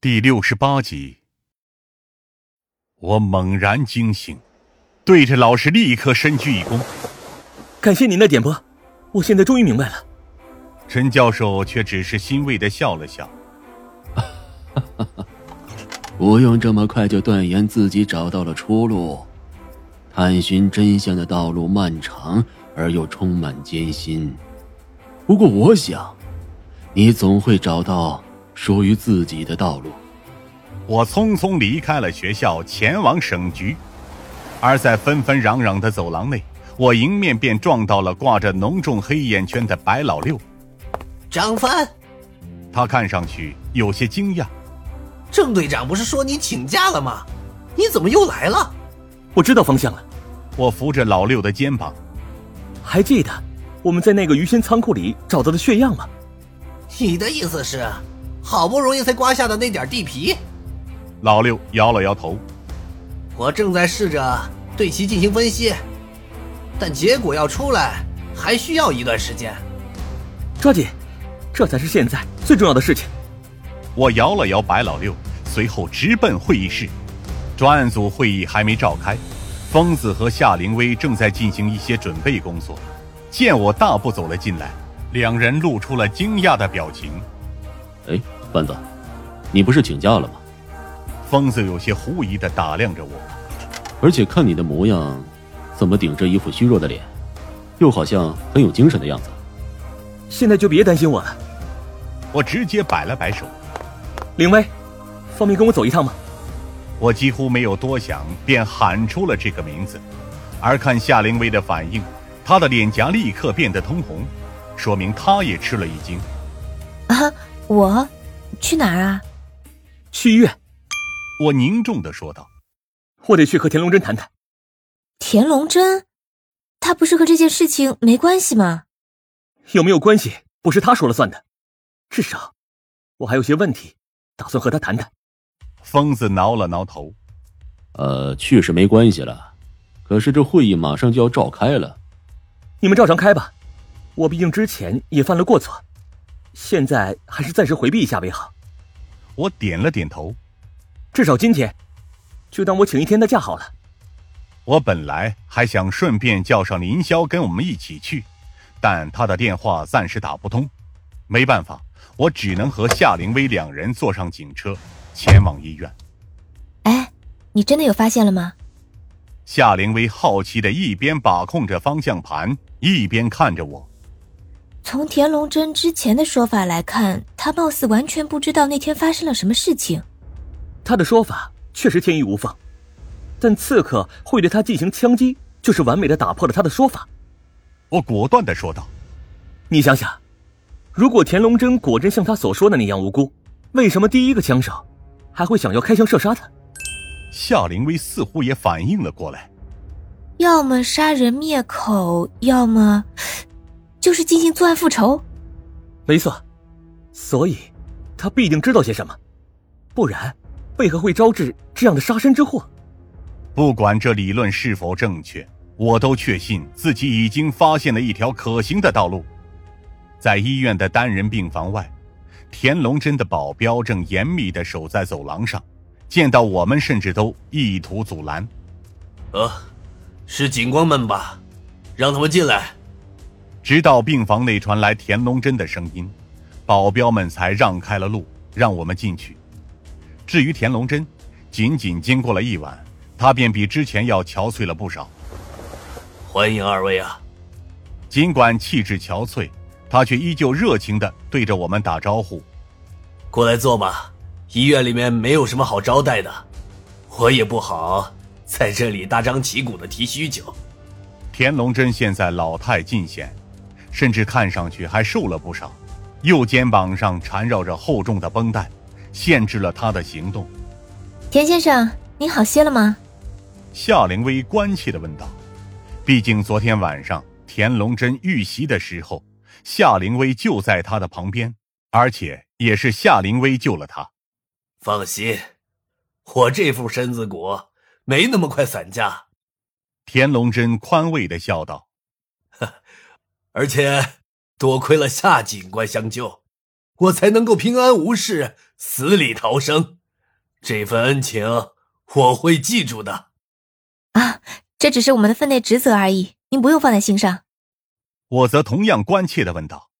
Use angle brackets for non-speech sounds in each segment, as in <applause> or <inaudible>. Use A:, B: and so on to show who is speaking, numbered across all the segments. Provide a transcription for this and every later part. A: 第六十八集，我猛然惊醒，对着老师立刻深鞠一躬。
B: 感谢您的点拨，我现在终于明白了。
A: 陈教授却只是欣慰的笑了笑。
C: 不用这么快就断言自己找到了出路，探寻真相的道路漫长而又充满艰辛。不过我想，你总会找到属于自己的道路。
A: 我匆匆离开了学校，前往省局。而在纷纷攘攘的走廊内，我迎面便撞到了挂着浓重黑眼圈的白老六。
D: 张帆，
A: 他看上去有些惊讶。
D: 郑队长不是说你请假了吗？你怎么又来了？
B: 我知道方向了。
A: 我扶着老六的肩膀。
B: 还记得我们在那个鱼仙仓库里找到的血样吗？
D: 你的意思是，好不容易才刮下的那点地皮？
A: 老六摇了摇头。
D: 我正在试着对其进行分析，但结果要出来还需要一段时间。
B: 抓紧，这才是现在最重要的事情。
A: 我摇了摇白老六，随后直奔会议室。专案组会议还没召开，疯子和夏灵薇正在进行一些准备工作。见我大步走了进来，两人露出了惊讶的表情。
C: 哎，班子，你不是请假了吗？
A: 疯子有些狐疑地打量着我，
C: 而且看你的模样，怎么顶着一副虚弱的脸，又好像很有精神的样子。
B: 现在就别担心我了。
A: 我直接摆了摆手。
B: 灵薇，方便跟我走一趟吗？
A: 我几乎没有多想，便喊出了这个名字。而看夏灵薇的反应，她的脸颊立刻变得通红，说明她也吃了一惊。
E: 啊，我去哪儿啊？
B: 去医院，
A: 我凝重地说道
B: 我得去和田龙真谈谈。
E: 田龙真，他不是和这件事情没关系吗？
B: 有没有关系不是他说了算的，至少我还有些问题，打算和他谈谈。：“
A: 疯子挠了挠头，
C: 呃，去是没关系了，可是这会议马上就要召开了，
B: 你们照常开吧，我毕竟之前也犯了过错，现在还是暂时回避一下为好。
A: 我点了点头。
B: 至少今天，就当我请一天的假好了。
A: 我本来还想顺便叫上林霄跟我们一起去，但他的电话暂时打不通，没办法，我只能和夏灵薇两人坐上警车，前往医院。
E: 哎，你真的有发现了吗？
A: 夏灵薇好奇的一边把控着方向盘，一边看着我。
E: 从田龙真之前的说法来看，他貌似完全不知道那天发生了什么事情。
B: 他的说法确实天衣无缝，但刺客会对他进行枪击，就是完美的打破了他的说法。
A: 我果断的说道
B: 你想想，如果田龙真果真像他所说的那样无辜，为什么第一个枪手还会想要开枪射杀他？：“
A: 夏灵薇似乎也反应了过来。
E: 要么杀人灭口，要么 <sniffs> 就是进行作案复仇。
B: 没错，所以他必定知道些什么，不然为何会招致这样的杀身之祸？
A: 不管这理论是否正确，我都确信自己已经发现了一条可行的道路。在医院的单人病房外，田龙真的保镖正严密地守在走廊上，见到我们甚至都意图阻拦。
D: 呃，是警官们吧？让他们进来。
A: 直到病房内传来田龙真的声音，保镖们才让开了路，让我们进去。至于田龙真，仅仅经过了一晚，他便比之前要憔悴了不少。
D: 欢迎二位啊！
A: 尽管气质憔悴，他却依旧热情地对着我们打招呼。
D: 过来坐吧，医院里面没有什么好招待的，我也不好在这里大张旗鼓的提需求。
A: 田龙真现在老态尽显，甚至看上去还瘦了不少，右肩膀上缠绕着厚重的绷带，限制了他的行动。
E: 田先生，您好些了吗？
A: 夏灵薇关切地问道：“毕竟昨天晚上田龙真遇袭的时候，夏灵薇就在他的旁边，而且也是夏灵薇救了他。
D: 放心，我这副身子骨没那么快散架，”
A: 田龙真宽慰地笑道。
D: 而且多亏了夏警官相救，我才能够平安无事死里逃生。这份恩情我会记住的。
E: 啊，这只是我们的分内职责而已，您不用放在心上。
A: 我则同样关切的问道。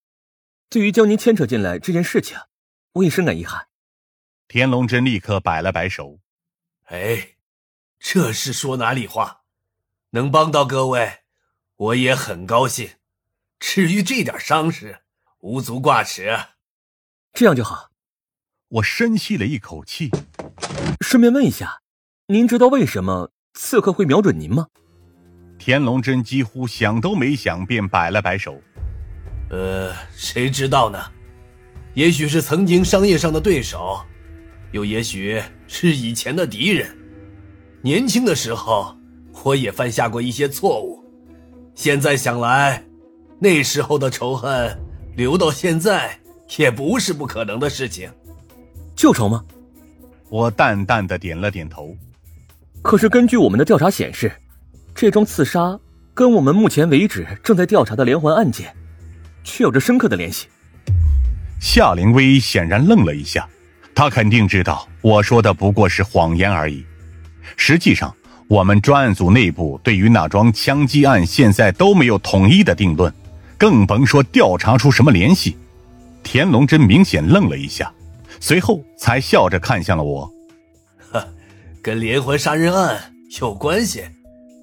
B: 对于将您牵扯进来这件事情，我也深感遗憾。
A: 田龙真立刻摆了摆手，
D: 哎，这是说哪里话？能帮到各位，我也很高兴。至于这点伤势，无足挂齿。啊
B: 这样就好。
A: 我深吸了一口气，
B: 顺便问一下，您知道为什么刺客会瞄准您吗？
A: 田龙真几乎想都没想便摆了摆手。
D: 呃，谁知道呢？也许是曾经商业上的对手，又也许是以前的敌人。年轻的时候，我也犯下过一些错误。现在想来，那时候的仇恨留到现在也不是不可能的事情。
B: 旧仇吗？
A: 我淡淡的点了点头。
B: 可是根据我们的调查显示，这桩刺杀跟我们目前为止正在调查的连环案件，却有着深刻的联系。
A: 夏灵薇显然愣了一下，她肯定知道我说的不过是谎言而已。实际上，我们专案组内部对于那桩枪击案现在都没有统一的定论，更甭说调查出什么联系。田龙真明显愣了一下，随后才笑着看向了我。
D: 跟连环杀人案有关系？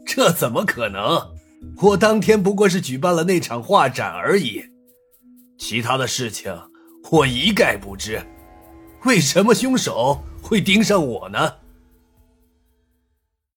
D: 这怎么可能？我当天不过是举办了那场画展而已，其他的事情我一概不知。为什么凶手会盯上我呢？